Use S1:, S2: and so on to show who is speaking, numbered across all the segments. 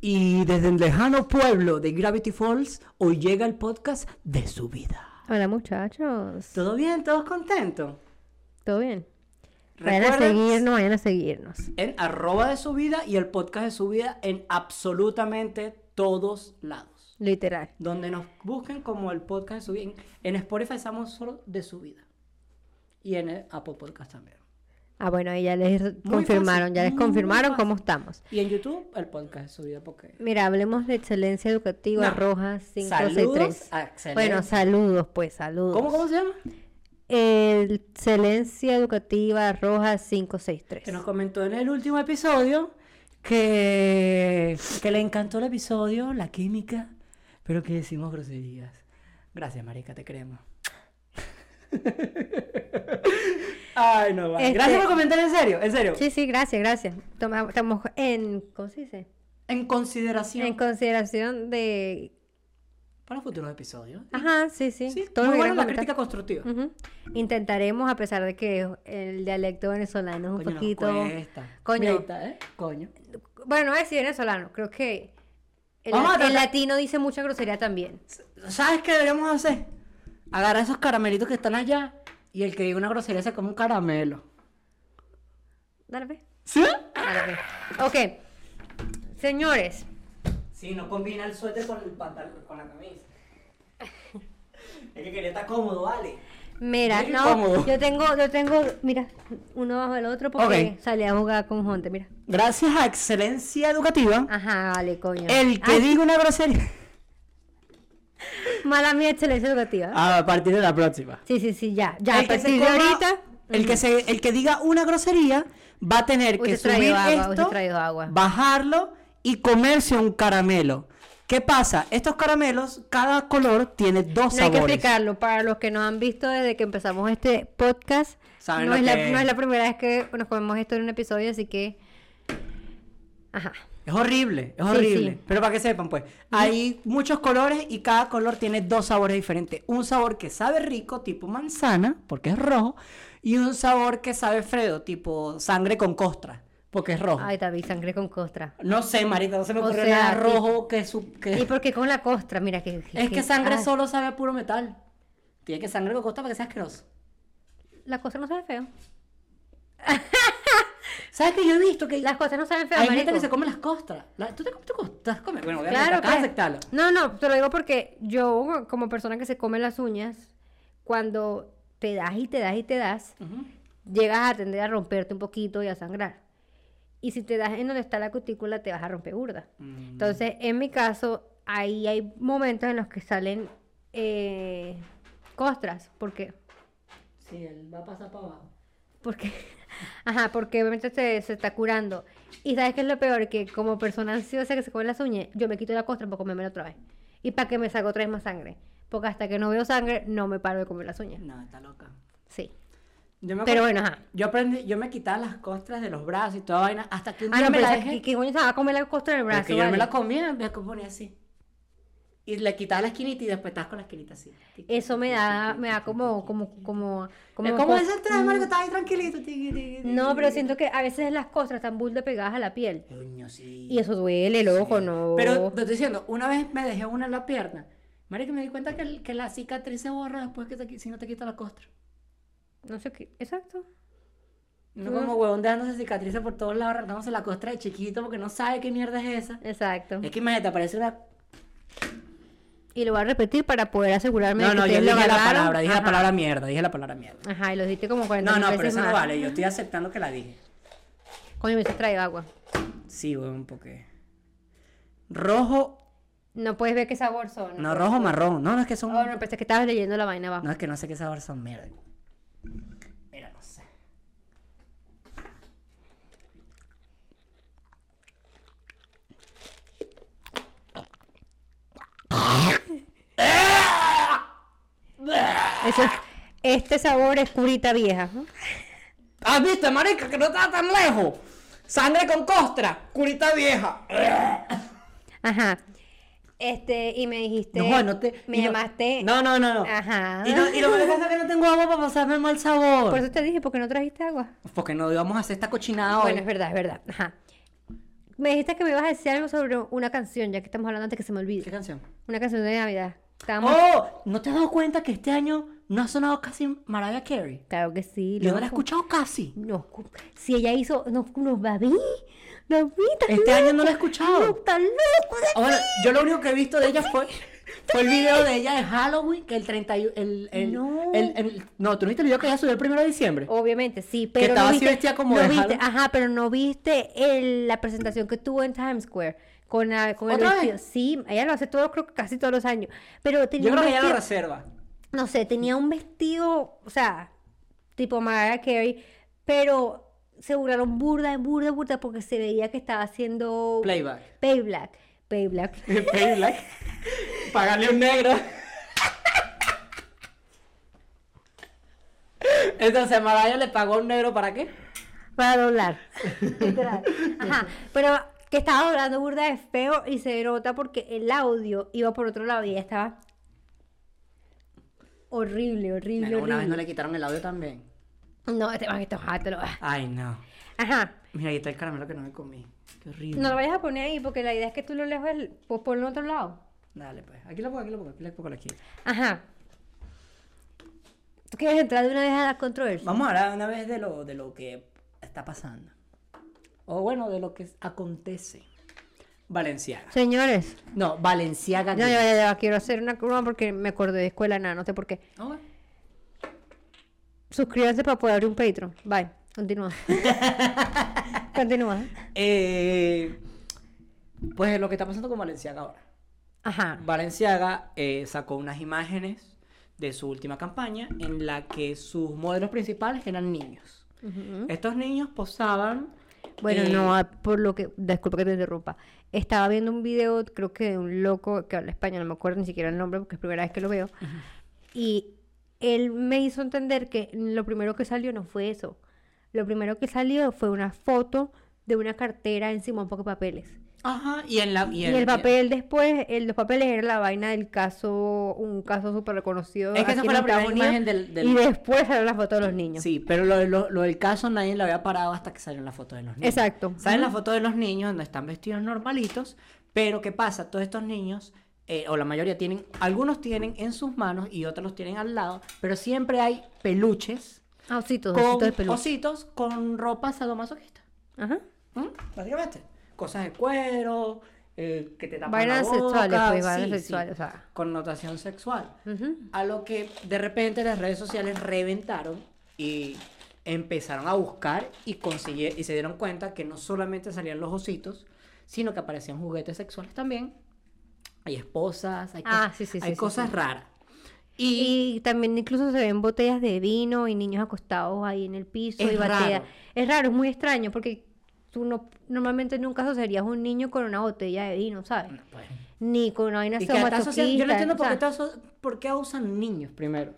S1: Y desde el lejano pueblo de Gravity Falls, hoy llega el podcast de su vida.
S2: Hola muchachos,
S1: ¿Todo bien? ¿Todos contentos?
S2: ¿todo bien? Vayan a
S1: Recuerden-
S2: seguirnos, vayan a seguirnos.
S1: En arroba de su vida y el podcast de su vida en absolutamente todos lados.
S2: Literal.
S1: Donde nos busquen como el podcast de su vida. En, en Spotify estamos solo de su vida. Y en el Apple Podcast también.
S2: Ah, bueno, ahí ya les confirmaron, ya les
S1: muy
S2: confirmaron
S1: fácil.
S2: cómo estamos.
S1: Y en YouTube, el podcast de su vida. Porque...
S2: Mira, hablemos de excelencia educativa
S1: No.
S2: roja 563.
S1: Saludos a Excelencia.
S2: Bueno, saludos, pues, saludos.
S1: ¿Cómo, ¿Cómo se llama?
S2: Excelencia educativa roja
S1: que
S2: 563.
S1: nos comentó en el último episodio que, que le encantó el episodio, la química, pero que decimos groserías. Gracias, Marica, te queremos. Ay, no, vale.
S2: Este-
S1: Gracias por comentar en serio, en serio.
S2: Sí, sí, gracias, gracias. Toma- estamos en, ¿cómo se dice?
S1: En consideración
S2: En consideración de...
S1: para futuros episodios.
S2: Ajá, sí, sí.
S1: Sí,
S2: todo lo
S1: muy buena
S2: que quieran
S1: la
S2: comentar.
S1: crítica constructiva.
S2: Ujú. Intentaremos, a pesar de que el dialecto venezolano es un
S1: Coño, nos
S2: poquito...
S1: cuesta.
S2: Coño.
S1: Neta, ¿eh? Coño.
S2: Bueno, no voy a decir venezolano, creo que el,
S1: Vamos a
S2: la- el
S1: tratar-
S2: latino dice mucha grosería también.
S1: ¿Sabes qué deberíamos hacer? Agarrar esos caramelitos que están allá y el que diga una grosería se come un caramelo.
S2: Dale, ve,
S1: ¿Sí?
S2: dale, ve. Ok, señores,
S1: Sí, no combina el suéter con el pantalón, con la camisa. es que quería estar cómodo, vale.
S2: mira,
S1: Muy
S2: no,
S1: incómodo.
S2: yo tengo, yo tengo, mira, uno bajo el otro porque
S1: Ok.
S2: salí a jugar con Jonte, mira.
S1: Gracias a Excelencia Educativa,
S2: Ajá, vale, coño.
S1: el que
S2: Ah, Ay,
S1: diga una grosería.
S2: Mala mía, excelencia educativa.
S1: A partir de la próxima.
S2: Sí, sí, sí, ya, ya, a
S1: el que se
S2: partir de
S1: coma-
S2: ahorita.
S1: El que, se, el que diga una grosería va a tener
S2: Usted
S1: que subir
S2: traído agua, usted
S1: esto,
S2: traído agua.
S1: bajarlo y comerse un caramelo. ¿Qué pasa? Estos caramelos, cada color tiene dos
S2: No hay que
S1: sabores.
S2: explicarlo, para los que nos han visto desde que empezamos este podcast,
S1: Saben
S2: no
S1: lo
S2: es, la,
S1: que es.
S2: no es la primera vez que nos comemos esto en un episodio, así que... Ajá.
S1: Es horrible, es
S2: Sí,
S1: horrible.
S2: sí.
S1: Pero para que sepan, pues, hay muchos colores y cada color tiene dos sabores diferentes. Un sabor que sabe rico, tipo manzana, porque es rojo, y un sabor que sabe fredo, tipo sangre con costra, porque es rojo.
S2: Ay, David, sangre con costra.
S1: No sé, marica, no se me
S2: O
S1: ocurre
S2: sea,
S1: nada
S2: sí.
S1: rojo que su que-
S2: ¿Y por qué con la costra? Mira que...
S1: Es que sangre
S2: ah,
S1: solo sabe a puro metal. Tiene que sangre con costra para que sea asqueroso.
S2: Las cosas no saben feo.
S1: ¿Sabes que yo he visto que
S2: Las cosas no saben feo,
S1: hay gente
S2: marico.
S1: que se come las costras? La- ¿Tú te comes costras? Come- Bueno, voy a
S2: Claro pues.
S1: acá
S2: que-
S1: aceptarlo.
S2: No, no, te lo digo porque yo, como persona que se come las uñas, cuando te das y te das y te das,
S1: Ujú.
S2: llegas a tender a romperte un poquito y a sangrar. Y si te das en donde está la cutícula, te vas a romper burda.
S1: Mm.
S2: Entonces, en mi caso, ahí hay momentos en los que salen eh, costras. ¿Por qué?
S1: Sí, él va a pasar para abajo.
S2: Porque, ajá, porque obviamente se, se está curando. Y sabes qué es lo peor, que como persona ansiosa que se come las uñas, yo me quito la costra para comérmela otra vez. Y para que me salga otra vez más sangre. Porque hasta que no veo sangre, no me paro de comer las uñas.
S1: No, está loca.
S2: Sí.
S1: Yo me
S2: Pero
S1: acuerdo-
S2: bueno, ajá.
S1: Yo aprendí, yo me quitaba las costras de los brazos y toda vaina hasta que un
S2: Ah,
S1: día
S2: no,
S1: me
S2: pero
S1: la
S2: ¿sabes
S1: dejé.
S2: qué- qué coño se va a comer la costra en el
S1: Porque
S2: brazo?
S1: yo no me
S2: vale?
S1: la comía, me la ponía así. Y le quitaba la esquinita y después estabas con la esquinita así.
S2: Eso me da, me da como, como, como,
S1: Como,
S2: como,
S1: como
S2: cos- Mm,
S1: ese tren, marico, estaba ahí tranquilito. tiqui, tiqui, tiqui.
S2: No, pero siento que a veces las costras están burda pegadas a la piel.
S1: Coño, sí.
S2: Y eso duele, loco, no.
S1: Pero te estoy diciendo, una vez me dejé una en la pierna. Marico, me di cuenta que, el- que la cicatriz se borra después que te qui- si no te quita la costra.
S2: No sé qué. Exacto.
S1: No como huevón dejándose cicatrices por todos lados, arrancándose la costra de chiquito porque no sabe qué mierda es esa.
S2: Exacto.
S1: Es que imagínate, aparece una
S2: Y lo voy a repetir para poder asegurarme
S1: No,
S2: de que
S1: no, yo
S2: ustedes lo
S1: dije la
S2: agarraron.
S1: palabra, dije la
S2: Ajá. pues
S1: palabra mierda, dije la palabra mierda.
S2: Ajá, y lo dijiste como 40
S1: No, no,
S2: veces
S1: pero eso no
S2: más.
S1: vale, yo estoy aceptando que la dije.
S2: Coño, me hizo traído agua.
S1: Sí, weón, porque. Rojo,
S2: No puedes ver qué sabor son.
S1: no, rojo, marrón. No, no es que son.
S2: Oh, no, pensé que estabas leyendo la vaina abajo.
S1: No es que no sé qué sabor son, mierda. Mira, no sé.
S2: Eso, este sabor es curita vieja. ¿no?
S1: ¿Has visto, Ah, marica, que no está tan lejos? Sangre con costra, curita vieja.
S2: Ajá. Este, y me dijiste.
S1: No, no te.
S2: Me
S1: y no-
S2: llamaste.
S1: No, no, no, no.
S2: Ajá.
S1: Y, no, y lo que pasa es que no tengo agua para pasarme el mal sabor.
S2: Por eso te dije, ¿por qué no trajiste agua?
S1: Porque no íbamos a hacer esta cochinada hoy.
S2: Bueno, es verdad, es verdad. Ajá. Me dijiste que me ibas a decir algo sobre una canción, ya que estamos hablando antes que se me olvide.
S1: ¿Qué canción?
S2: Una canción de Navidad. Estábamos...
S1: ¡Oh! ¿No te has dado cuenta que este año no ha sonado casi Mariah Carey?
S2: Claro que sí.
S1: Yo no la he
S2: loco.
S1: escuchado casi.
S2: No, cu- si ella hizo, no, no, babi, babi, estás
S1: Este año no la he
S2: loco,
S1: escuchado.
S2: No, estás loco. de-
S1: Ahora, Oh, yo lo único que he visto de ella fue, fue el video de ella de Halloween, que el 31... El, el-
S2: No.
S1: el- el- no, Oh, ¿tú no viste el video que ella subió el 1 de diciembre?
S2: Obviamente, sí, pero
S1: estaba
S2: no
S1: así
S2: viste,
S1: vestida como
S2: no
S1: de
S2: viste,
S1: Halloween.
S2: ajá, pero no viste el- la presentación que tuvo en Times Square con, la- con el
S1: ¿Otra
S2: vestido.
S1: vez?
S2: Sí, ella lo hace todo, creo que casi todos los años, pero tenía
S1: Yo
S2: un
S1: creo que ella lo
S2: vestido-
S1: reserva.
S2: no sé, tenía un vestido, o sea, tipo Mariah Carey, pero se burlaron burda, burda, burda, porque se veía que estaba haciendo
S1: Playback.
S2: Payback, Payback.
S1: Playback. Pagarle un negro. Entonces, Mariah le pagó a un negro para qué?
S2: Para doblar. Literal. Ajá. Pero que estaba doblando burda de feo y se nota porque el audio iba por otro lado y ella estaba. Horrible, horrible,
S1: Bueno, una vez no
S2: horrible.
S1: le quitaron el audio también.
S2: No, este man está ojátelo.
S1: Ay, no.
S2: Ajá.
S1: Mira, ahí está el caramelo que no me comí. Qué horrible.
S2: No lo vayas a poner ahí porque la idea es que tú lo lejos, pues ponlo en otro lado.
S1: Dale, pues. Aquí lo pongo, aquí lo pongo, aquí lo pongo, aquí.
S2: Ajá. ¿Tú quieres entrar de una vez a la controversia?
S1: Vamos a hablar una vez de lo, de lo que está pasando. O bueno, de lo que acontece. Valenciaga.
S2: Señores,
S1: No, Valenciaga.
S2: ya, ya, ya, ya, quiero hacer una curva porque me acordé de escuela, nada, no sé por qué. Suscríbanse para poder abrir un Patreon. Bye. Continúa. Continúa.
S1: Eh, pues lo que está pasando con Valenciaga ahora.
S2: Ajá.
S1: Valenciaga eh, sacó unas imágenes de su última campaña en la que sus modelos principales eran niños.
S2: Ujú.
S1: Estos niños posaban.
S2: Bueno,
S1: eh,
S2: no, ah, por lo que. Disculpa que te interrumpa. Estaba viendo un video, creo que de un loco que habla español, no me acuerdo ni siquiera el nombre porque es la primera vez que lo veo. Y él me hizo entender que lo primero que salió no fue eso. Lo primero que salió fue una foto de una cartera encima de un poco de papeles.
S1: Ajá, y en la.
S2: Y el, papel después, el- los papeles eran la vaina del caso, un caso súper reconocido.
S1: Es que esa
S2: aquí
S1: fue
S2: en
S1: la
S2: Estados
S1: primera
S2: Unidos,
S1: imagen del- del-
S2: Y después salió la foto de los niños.
S1: Sí, pero lo, lo- lo del caso nadie lo había parado hasta que salieron las fotos de los niños.
S2: Exacto.
S1: Salen
S2: Ujú.
S1: las fotos de los niños donde están vestidos normalitos, pero ¿qué pasa? Todos estos niños, eh, o la mayoría tienen, algunos tienen en sus manos y otros los tienen al lado, pero siempre hay peluches
S2: Ah, ositos,
S1: con
S2: ositos de peluche.
S1: ositos con ropa sadomasoquista.
S2: Ajá.
S1: ¿Mm? Básicamente. Cosas de cuero, eh, que te tapan
S2: Vainas
S1: la boca,
S2: sexuales, pues, vainas
S1: sí, sí,
S2: sexuales, o sea.
S1: Connotación sexual.
S2: Ujú.
S1: A lo que de repente las redes sociales reventaron y empezaron a buscar y consigue- y se dieron cuenta que no solamente salían los ositos, sino que aparecían juguetes sexuales también. Hay esposas, hay, cos-
S2: Ah, sí, sí, sí,
S1: hay
S2: sí,
S1: cosas
S2: sí.
S1: raras. Y,
S2: Y también incluso se ven botellas de vino y niños acostados ahí en el piso
S1: Es
S2: y batea.
S1: raro.
S2: Es raro, es muy extraño porque tú no, normalmente nunca asociarías un niño con una botella de vino, ¿sabes?
S1: pues,
S2: Ni con una vaina
S1: y que está asociado- yo no
S2: sadomasoquista,
S1: entiendo por
S2: o
S1: qué,
S2: sea,
S1: está aso- por qué usan niños primero.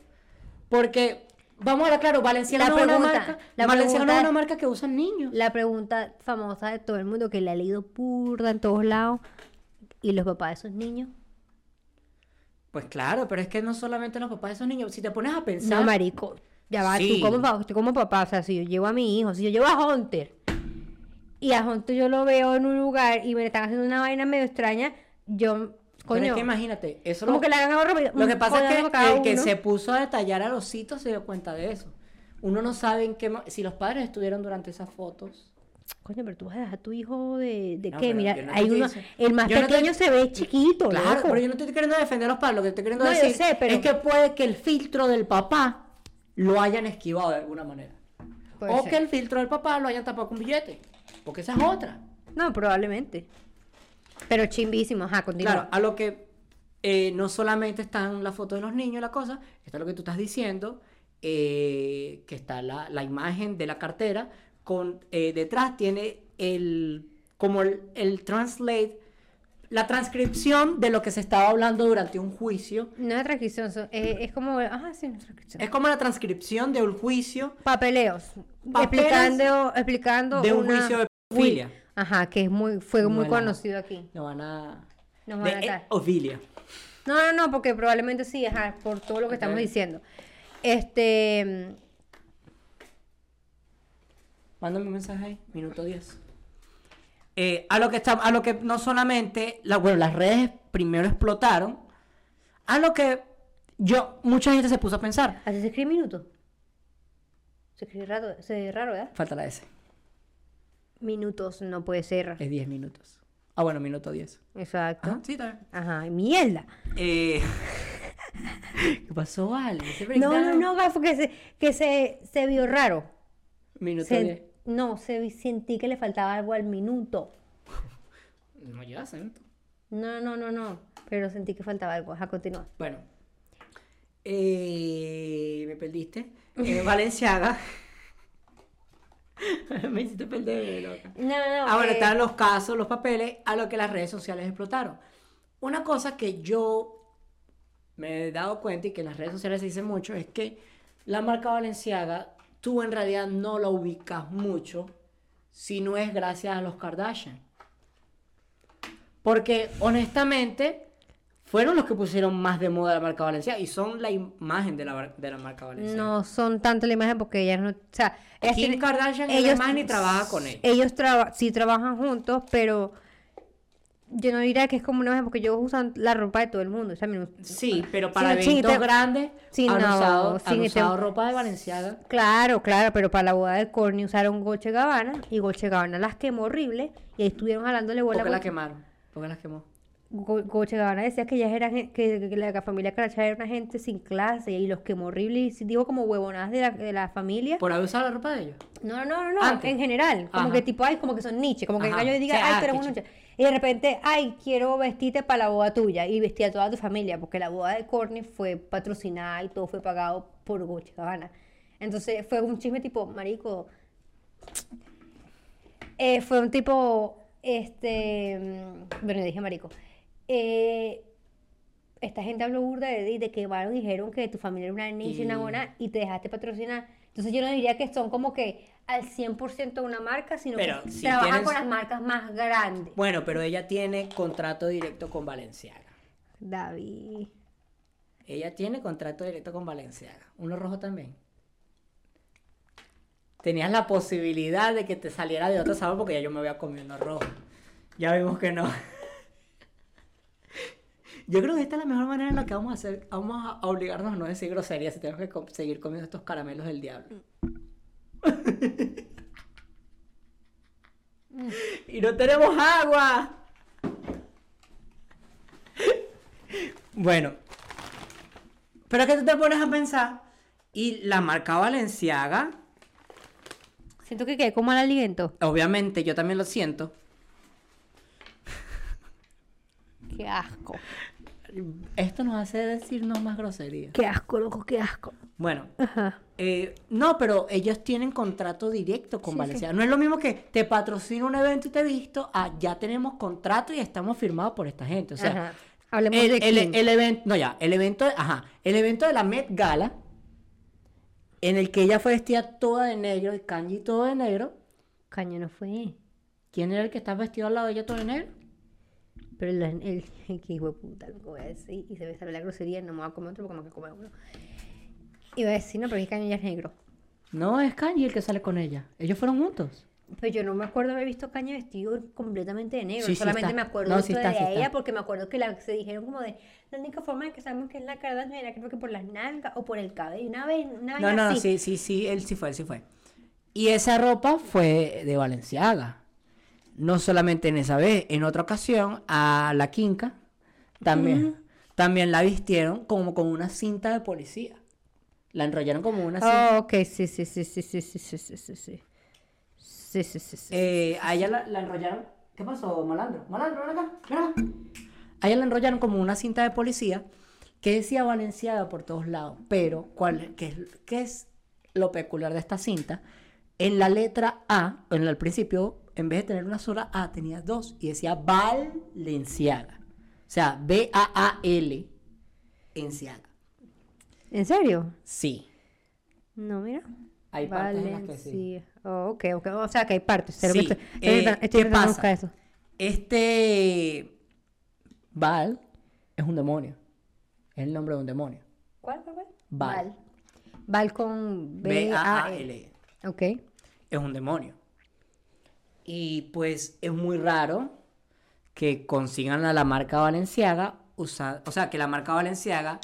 S1: Porque, vamos a ver, claro, Valenciaga
S2: La
S1: no es una
S2: pregunta-
S1: marca, Valenciaga
S2: la
S1: no es
S2: pregunta-
S1: una marca que usan niños.
S2: La pregunta famosa de todo el mundo que la ha leído purda en todos lados. ¿Y los papás de esos niños?
S1: Pues claro, pero es que no solamente los papás de esos niños. Si te pones a pensar,
S2: No, marico. Ya va,
S1: Sí.
S2: tú, como, pa- tú como papá, o sea, si yo llevo a mi hijo, si yo llevo a Hunter y a Hunter yo lo veo en un lugar y me están haciendo una vaina medio extraña, yo,
S1: pero es
S2: coño,
S1: que imagínate, eso
S2: como
S1: lo,
S2: que le hagan algo rápido.
S1: lo que
S2: un
S1: pasa es
S2: coñazo a
S1: que
S2: cada
S1: el que
S2: uno.
S1: se puso a detallar a los hitos se dio cuenta de eso. Uno no sabe en qué... mo- Si los padres estuvieron durante esas fotos...
S2: Coño, pero tú vas a dejar a tu hijo de, de
S1: No,
S2: qué,
S1: pero
S2: mira,
S1: yo no te
S2: hay
S1: estoy
S2: uno,
S1: diciendo-
S2: el más
S1: yo no te-
S2: pequeño se ve chiquito,
S1: Claro,
S2: loco.
S1: pero yo no estoy queriendo defender a los padres. Lo que estoy queriendo
S2: No, yo
S1: decir
S2: sé, pero-
S1: es que puede que el filtro del papá lo hayan esquivado de alguna manera.
S2: Puede
S1: o
S2: ser.
S1: que el filtro del papá lo hayan tapado con billete. Porque esa es otra.
S2: No, probablemente. Pero chimbísimo, ajá, continúa.
S1: Claro, a lo que eh, no solamente están las fotos de los niños, la cosa, está lo que tú estás diciendo, eh, que está la, la imagen de la cartera, con eh, detrás tiene el como el, el translate, la transcripción de lo que se estaba hablando durante un juicio.
S2: No es transcripción, so- eh, es, es como, ajá, sí, no es transcripción.
S1: Es como la transcripción de un juicio
S2: Papeleos.
S1: Papeles
S2: explicando, explicando
S1: de un
S2: una-
S1: juicio de pedofilia.
S2: Ajá, que es muy, fue muy
S1: Bueno.
S2: conocido aquí.
S1: Lo van a...
S2: Nos
S1: de
S2: van a
S1: e-
S2: atar.
S1: Ovilia.
S2: No, no, no, porque probablemente sí, ajá, por todo lo que estamos
S1: Ok.
S2: diciendo. Este,
S1: Mándame un mensaje ahí, minuto 10. eh, a lo que está, a lo que no solamente la, bueno, las redes primero explotaron, a lo que yo, mucha gente se puso a pensar.
S2: Así se escribe minuto. Se escribe raro, se raro, ¿verdad?
S1: Falta la S,
S2: Minutos no puede ser.
S1: es 10 minutos. Ah, bueno, minuto 10.
S2: Exacto.
S1: Ajá, Ah, sí, está bien.
S2: Ajá, mierda.
S1: Eh, ¿Qué pasó, Ale? Ese
S2: No, no,
S1: breakdown.
S2: no, Gafo, que se, que se, se vio raro.
S1: Minuto
S2: Se-
S1: 10.
S2: no, se vi- sentí que le faltaba algo al minuto.
S1: No lleva acento.
S2: No, no, no, no. Pero sentí que faltaba algo. Ajá, continúa.
S1: Bueno. Eh, me perdiste. Eh, Valenciaga. me hiciste perder, loca.
S2: No, no, no.
S1: Ahora
S2: eh,
S1: están Ah, los casos, los papeles, a lo que las redes sociales explotaron. Una cosa que yo me he dado cuenta y que en las redes sociales se dice mucho es que la marca Valenciaga, tú en realidad no la ubicas mucho si no es gracias a los Kardashian. Porque honestamente fueron los que pusieron más de moda la marca Valenciaga y son la imagen de la, bar- de la marca Valenciaga.
S2: No son tanto la imagen porque ellas no. O sea, ellas
S1: Kim
S2: tienen-
S1: Kardashian es la imagen y trabaja con ella.
S2: Ellos traba- sí trabajan juntos, pero yo no diría que es como una imagen porque ellos usan la ropa de todo el mundo. O sea, a mí no-
S1: Sí, pero para
S2: Sí,
S1: eventos
S2: chiquita.
S1: grandes
S2: Sí,
S1: han,
S2: no,
S1: usado,
S2: sí,
S1: han
S2: este-
S1: usado ropa de Valenciaga.
S2: Claro, claro, pero para la boda de Corny usaron Goche Gabbana y Goche Gabbana las quemó horrible y ahí estuvieron jalándole bola.
S1: ¿Por qué
S2: a
S1: la
S2: Goche-
S1: quemaron? ¿Por qué la quemó?
S2: Go- Goche Gabbana decía que ellas eran gen- que, que la familia Kardashian era una gente sin clase y los quemó horrible y dijo como huevonadas de la, de la familia.
S1: ¿Por haber usado la ropa de ellos?
S2: No, no, no, no,
S1: Antes.
S2: en general. Como
S1: Ajá.
S2: que tipo, ay, como que son niche. Como que
S1: Ajá.
S2: el gallo diga,
S1: O sea, ah,
S2: ay, tú eres un
S1: articho.
S2: niche. Y de repente, ay, quiero vestirte para la boda tuya. Y vestir a toda tu familia. Porque la boda de Courtney fue patrocinada y todo fue pagado por Gucci Gabbana. Entonces fue un chisme tipo, marico. Eh, fue un tipo, este. mm, Bueno, dije marico. Eh, esta gente habló burda de, ti, te quemaron y dijeron que tu familia era una niche, una
S1: Y-
S2: buena, y te dejaste patrocinar. Entonces yo no diría que son como que al 100% una marca, sino
S1: Pero
S2: que
S1: si
S2: trabajan
S1: tienes-
S2: con las marcas más grandes.
S1: Bueno, pero ella tiene contrato directo con Valenciaga.
S2: David.
S1: Ella tiene contrato directo con Valenciaga. Uno rojo también. Tenías la posibilidad de que te saliera de otro sabor porque ya yo me había comido uno rojo. Ya vimos que no. Yo creo que esta es la mejor manera en la que vamos a hacer, vamos a obligarnos a no decir groserías si tenemos que com- seguir comiendo estos caramelos del diablo. y no tenemos agua. Bueno, pero es que tú te pones a pensar y la marca Valenciaga,
S2: Siento que quedé como al aliento.
S1: obviamente yo también lo siento,
S2: Qué asco.
S1: esto nos hace decirnos más grosería.
S2: Qué asco, loco, qué asco.
S1: Bueno,
S2: Ajá.
S1: eh, no, pero ellos tienen contrato directo con
S2: Sí,
S1: Valenciaga. No es lo mismo que te patrocina un evento y te visto, a ya tenemos contrato y estamos firmados por esta gente. O sea,
S2: Ajá. Hablemos
S1: el,
S2: de
S1: el-
S2: Kim.
S1: el evento, no ya, el evento, de- ajá, el evento de la Met Gala, en el que ella fue vestida toda de negro, y Kanji todo de negro.
S2: Caño no fue.
S1: ¿Quién era el que estaba vestido al lado de ella todo de negro?
S2: Pero la- el, que hijo de puta, lo que voy a decir, y se me sale la grosería, no me voy a comer otro porque me voy a comer uno. Y voy a decir, no, pero es que Caño ya es negro.
S1: No, es Kanji el que sale con ella. Ellos fueron juntos.
S2: Pero Pues yo no me acuerdo haber visto Caño vestido completamente de negro.
S1: Sí, sí
S2: Solamente
S1: está.
S2: me acuerdo
S1: No,
S2: de
S1: sí
S2: esto
S1: está,
S2: de
S1: sí está.
S2: ella porque me acuerdo que la- se dijeron como de la única forma de que sabemos que es la cara era creo que por las nalgas o por el cabello. Una vez, una
S1: No,
S2: vez
S1: no,
S2: así.
S1: sí, sí, sí, él sí fue, él sí fue. Y esa ropa fue de Valenciaga. No solamente en esa vez, en otra ocasión a la Quinca también, también la vistieron como con una cinta de policía. La enrollaron como una cinta.
S2: Ah, ok, sí, sí, sí, sí, sí, sí, sí, sí, sí, sí. Sí, sí, sí, sí.
S1: Eh, a ella la, la enrollaron. ¿Qué pasó, malandro? Malandro, ven acá, ven acá. A ella la enrollaron como una cinta de policía que decía Valenciaga por todos lados. Pero, ¿cuál, qué, es, qué es lo peculiar de esta cinta? En la letra A, en la- al principio, en vez de tener una sola A, tenía dos y decía Valenciaga. O sea, B-A-A-L. Enciaga.
S2: ¿En serio?
S1: Sí.
S2: No, mira.
S1: Hay partes en las que sí.
S2: Valencia. Oh, ok, ok. O sea, que hay partes. Pero
S1: Sí,
S2: que estoy, estoy
S1: eh,
S2: intentando- estoy
S1: ¿qué
S2: intentando
S1: pasa?
S2: buscar eso.
S1: Este Val es un demonio. Es el nombre de un demonio.
S2: ¿Cuál, cuál, cuál?
S1: Val.
S2: Val con E.
S1: B-A-A-L.
S2: Ok.
S1: Es un demonio. Y pues es muy raro que consigan a la marca Valenciaga, usa- o sea, que la marca Valenciaga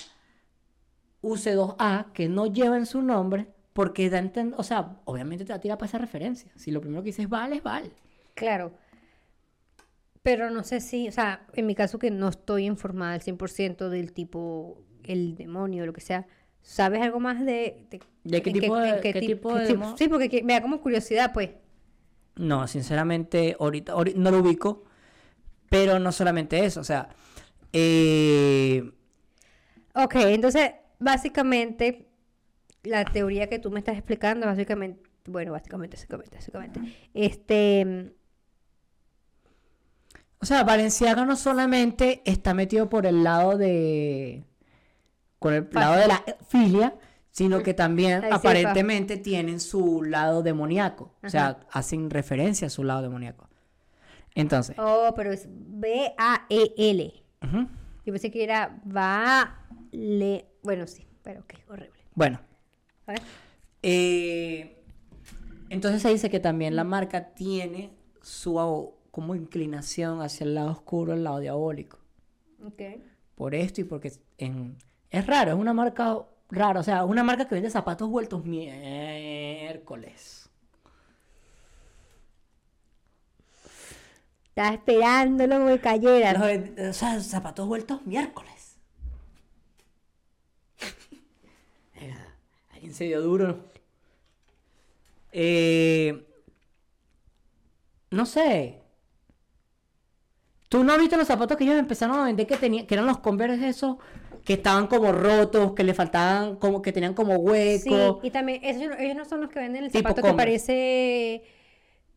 S1: use 2A que no lleven su nombre porque da a enten- o sea, obviamente te va a tirar para esa referencia. Si lo primero que dices Val es Val.
S2: Claro. Pero no sé si, o sea, en mi caso que no estoy informada al 100% del tipo, el demonio, lo que sea, ¿sabes algo más de... ¿De,
S1: ¿De qué
S2: en
S1: tipo de-
S2: en
S1: qué
S2: tip-
S1: tipo de
S2: sí,
S1: demonio?
S2: Sí, porque que- me da como curiosidad, pues.
S1: No, sinceramente, ahorita, ahori- no lo ubico, pero no solamente eso, o sea, eh,
S2: Ok, entonces, básicamente, la teoría que tú me estás explicando, básicamente, bueno, básicamente, básicamente, básicamente, este,
S1: o sea, Valenciaga no solamente está metido por el lado de, con el lado de la filia, sino que también
S2: Ay, sí,
S1: aparentemente tienen su lado demoníaco, o sea,
S2: Ajá.
S1: hacen referencia a su lado demoníaco. Entonces,
S2: oh, pero es B-A-E-L.
S1: ujú,
S2: Yo pensé que era Vale, bueno, sí, pero ok, horrible.
S1: bueno,
S2: A ver.
S1: eh, entonces se dice que también la marca tiene su au- como inclinación hacia el lado oscuro, el lado diabólico.
S2: Ok.
S1: por esto y porque en- es raro, es una marca rara, o sea, una marca que vende zapatos vueltos miércoles.
S2: Estaba esperándolo que cayera.
S1: Los ven- o sea, zapatos vueltos miércoles. Era- Alguien se dio duro. Eh, no sé. ¿Tú no viste los zapatos que ellos empezaron a vender que tenían, que eran los Converse esos, que estaban como rotos, que le faltaban, como que tenían como
S2: Sí,
S1: hueco?
S2: y también esos, no- ellos no son los que venden el
S1: Tipo
S2: zapato que
S1: Converse.
S2: parece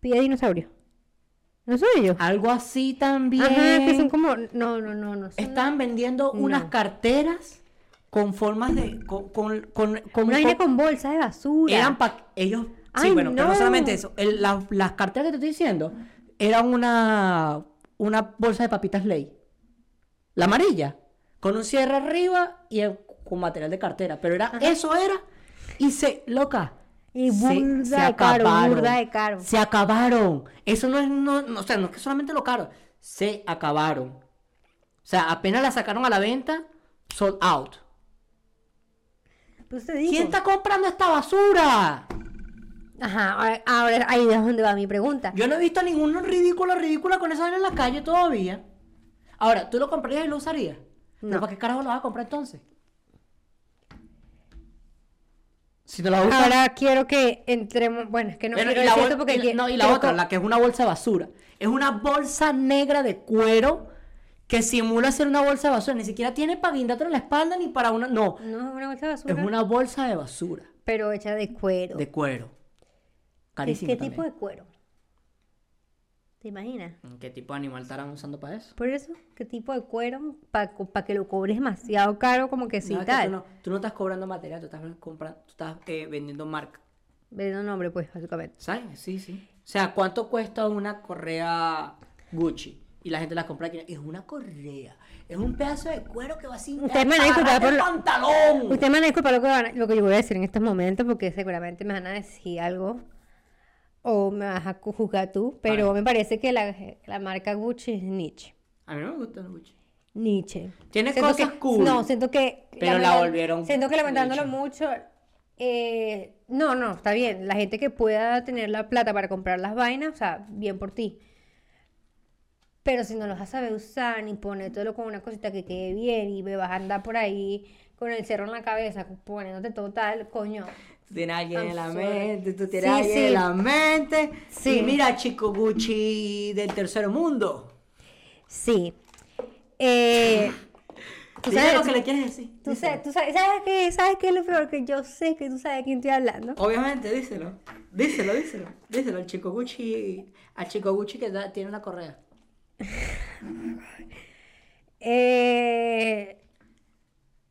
S2: pie de dinosaurio. ¿No son ellos?
S1: Algo así también.
S2: Ah, Ajá, que son como... No, no, no, no. Son
S1: Estaban vendiendo unas
S2: No.
S1: carteras con formas de. con. con, con- con-
S2: una vaina
S1: con-
S2: con bolsa de basura.
S1: eran pa- ellos.
S2: Ay,
S1: sí, bueno, pero
S2: no.
S1: no solamente eso. el- la- las carteras que te estoy diciendo eran una. una bolsa de papitas ley. La amarilla. Con un cierre arriba y el- con material de cartera. Pero era, eso era. Y se. loca.
S2: Y
S1: se-
S2: burda
S1: se
S2: de caro, burda
S1: acabaron.
S2: de caro.
S1: Se acabaron. Eso no es, no, no, o sea, no es que solamente lo caro. Se acabaron. O sea, apenas la sacaron a la venta, sold out.
S2: Pues te digo.
S1: ¿Quién está comprando esta basura?
S2: Ajá, ahora, ahora ahí es donde va mi pregunta.
S1: Yo no he visto a ninguno ridículo, ridícula con esa vaina en la calle todavía. Ahora, ¿tú lo comprarías y lo usarías?
S2: No.
S1: No. ¿Para qué carajo lo vas a comprar entonces? Si no la usas.
S2: Ahora quiero que entremos... Bueno, es que no
S1: Bueno,
S2: quiero
S1: y la,
S2: decir
S1: bol-
S2: esto porque...
S1: y la-
S2: que-
S1: no, y la
S2: quiero
S1: otra,
S2: co-
S1: la que es una bolsa de basura. Es una bolsa negra de cuero que simula ser una bolsa de basura. Ni siquiera tiene para guindarte en la espalda ni para una. No,
S2: No, es una bolsa de basura,
S1: es una bolsa de basura
S2: pero hecha de cuero.
S1: de cuero.
S2: ¿Qué,
S1: Carísimo.
S2: qué
S1: también.
S2: tipo de cuero? ¿Te imaginas?
S1: ¿Qué tipo de animal estarán usando para eso?
S2: Por eso, ¿qué tipo de cuero? Para que lo cobres demasiado caro, como que sí,
S1: No, es que
S2: tal.
S1: tú, no, tú no estás cobrando material, tú estás, comprando, tú estás eh, vendiendo marca.
S2: Ve de un nombre, pues, básicamente.
S1: ¿Sabes? Sí, sí. O sea, ¿cuánto cuesta una correa Gucci? Y la gente la compra aquí. Es una correa. Es un pedazo de cuero que va sin
S2: Ustedes me van a disculpar
S1: agarrarte el
S2: por
S1: pantalón.
S2: Usted me van a disculpar lo que, van a- lo que yo voy a decir en estos momentos, porque seguramente me van a decir algo. O me vas a cu- juzgar tú. Pero me parece que la, la marca Gucci es Nietzsche.
S1: A mí no me gustan los Gucci.
S2: Nietzsche.
S1: Tiene
S2: Siento
S1: cosas
S2: que-
S1: cool.
S2: No, siento que.
S1: Pero la volvieron
S2: Siento que lamentándolo
S1: Nietzsche.
S2: mucho. eh, no, no, está bien. La gente que pueda tener la plata para comprar las vainas, o sea, bien por ti. Pero si no los vas a saber usar, ni ponértelo con una cosita que quede bien y me vas a andar por ahí con el cerro en la cabeza, poniéndote total, coño.
S1: Tú tienes a alguien
S2: I'm
S1: en la
S2: sorry.
S1: mente, tú tienes
S2: Sí,
S1: a alguien
S2: sí.
S1: en la mente.
S2: Sí.
S1: Y mira, chico Gucci del tercer mundo.
S2: Sí. Eh, tú
S1: Dile
S2: sabes,
S1: lo que le quieres decir.
S2: tú
S1: díselo.
S2: sabes, tú sabes, ¿sabes qué? ¿Sabes qué es lo peor? Que yo sé que tú sabes de quién estoy hablando.
S1: Obviamente, díselo. Díselo, díselo. Díselo al chico Gucci. Al chico Gucci que da- tiene una correa.
S2: Eh,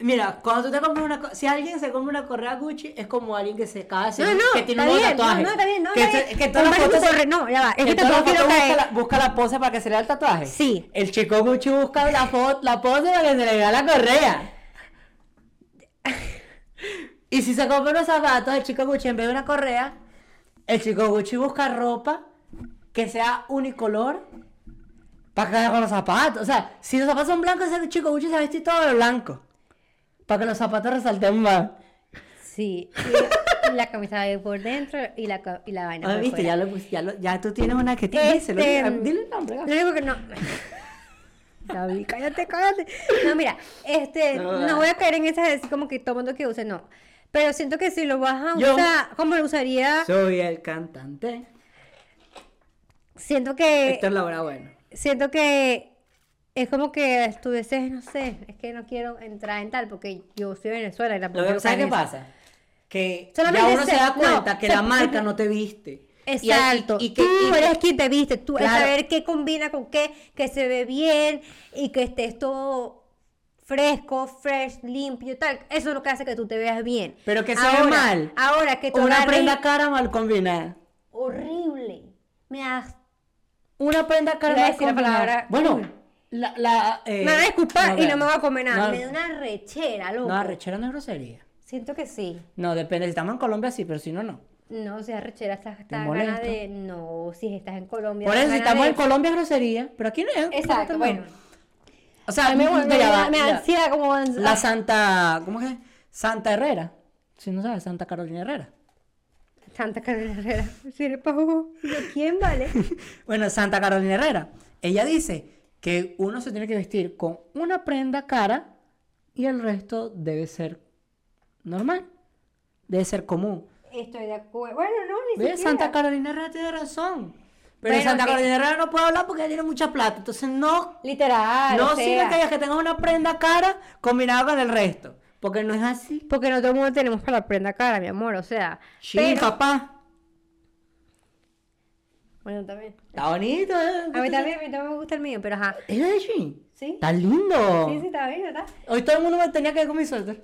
S1: Mira, cuando tú te compras una co- si alguien se compra una correa Gucci, es como alguien que se cada
S2: No,
S1: segundo-
S2: no,
S1: que tiene
S2: está
S1: un nuevo
S2: bien,
S1: tatuaje.
S2: no, no, está bien, no,
S1: que,
S2: está
S1: se-
S2: bien.
S1: que todas las
S2: Compras un
S1: fotos se-
S2: corre- no, ya va, es que
S1: todas
S2: tampoco
S1: las
S2: quiero
S1: fotos
S2: caer.
S1: Busca la, busca la pose para que se le da el tatuaje.
S2: Sí.
S1: El chico Gucci busca la, fo- la pose para que se le vea la correa. Y si se compra unos zapatos, el chico Gucci en vez de una correa, el chico Gucci busca ropa que sea unicolor para que con los zapatos. O sea, si los zapatos son blancos, ese chico Gucci se ha vestido todo de blanco. Para que los zapatos resalten más.
S2: Sí. Y, y la camisa de por dentro y la, ca- y la vaina.
S1: Ah,
S2: por
S1: viste,
S2: pues fuera.
S1: ya, lo pus- ya, lo- ya tú tienes una que te dice.
S2: Este,
S1: ah, Dile el nombre.
S2: Lo único que no. David, cállate, cállate. No, mira, este,
S1: No,
S2: no,
S1: va.
S2: voy a caer en esas así como que todo mundo que use, no. Pero siento que si lo vas a
S1: Yo-
S2: usar, como lo usaría,
S1: Soy el cantante.
S2: siento que
S1: Héctor Laura, bueno.
S2: siento que es como que estuvieses, no sé, es que no quiero entrar en tal porque yo soy de Venezuela y la
S1: Lo que, ¿Sabes qué pasa? Que ya
S2: Solamente
S1: uno se
S2: sé-
S1: da
S2: no,
S1: cuenta que
S2: se-
S1: la marca no te viste. Y- y-
S2: Exacto.
S1: Y, que, y
S2: tú
S1: que-
S2: eres quien te viste, tú es
S1: Claro.
S2: saber qué combina con qué, que se ve bien y que estés todo fresco, fresh, limpio, tal. Eso es lo que hace que tú te veas bien.
S1: Pero que se ve mal.
S2: Ahora que tú
S1: una
S2: agarres-
S1: prenda cara mal combinada.
S2: horrible. Me das.
S1: Una prenda cara
S2: Iba a
S1: mal
S2: decir la
S1: combinada.
S2: palabra-
S1: Bueno, la. la eh,
S2: me van a disculpar y
S1: vea.
S2: no me voy a comer nada.
S1: No,
S2: me da una rechera, loco.
S1: No, arrechera no es grosería.
S2: Siento que sí.
S1: No, depende. Si estamos en Colombia, sí, pero si no, no.
S2: No, si arrechera estás esta gana
S1: molesta?
S2: de. No, si estás en Colombia.
S1: Por
S2: da
S1: eso, si
S2: gana
S1: estamos
S2: de-
S1: en Colombia, es grosería. Pero aquí no es.
S2: Exacto, bueno.
S1: O sea,
S2: Me,
S1: ya
S2: me, me,
S1: va,
S2: me
S1: ya.
S2: ansía como.
S1: La Santa. ¿Cómo es? que es? Santa Herrera. Si no sabes, Santa Carolina Herrera.
S2: Santa Carolina Herrera. Si eres pavo, ¿yo quién vale?
S1: Bueno, Santa Carolina Herrera. Ella dice que uno se tiene que vestir con una prenda cara y el resto debe ser normal. Debe ser común.
S2: Estoy de acuerdo. Bueno, no, ni
S1: ¿Ves?
S2: siquiera.
S1: Santa Carolina Herrera tiene razón. Pero
S2: Bueno,
S1: Santa
S2: que-
S1: Carolina Herrera no puede hablar porque ella tiene mucha plata. Entonces no,
S2: Literal.
S1: no
S2: o
S1: sirve
S2: sea,
S1: que digas que tengas una prenda cara combinada con el resto. Porque no es así.
S2: Porque no todo el mundo tenemos para la prenda cara, mi amor. O sea.
S1: Sí,
S2: pero-
S1: papá.
S2: Bueno, también.
S1: Está bonito, ¿eh?
S2: A mí también, a mí también me gusta el mío, pero ajá.
S1: Es de Shein.
S2: Sí.
S1: Está lindo.
S2: Sí, sí, está bien, ¿verdad?
S1: Hoy todo el mundo me tenía que ver con mi suéter.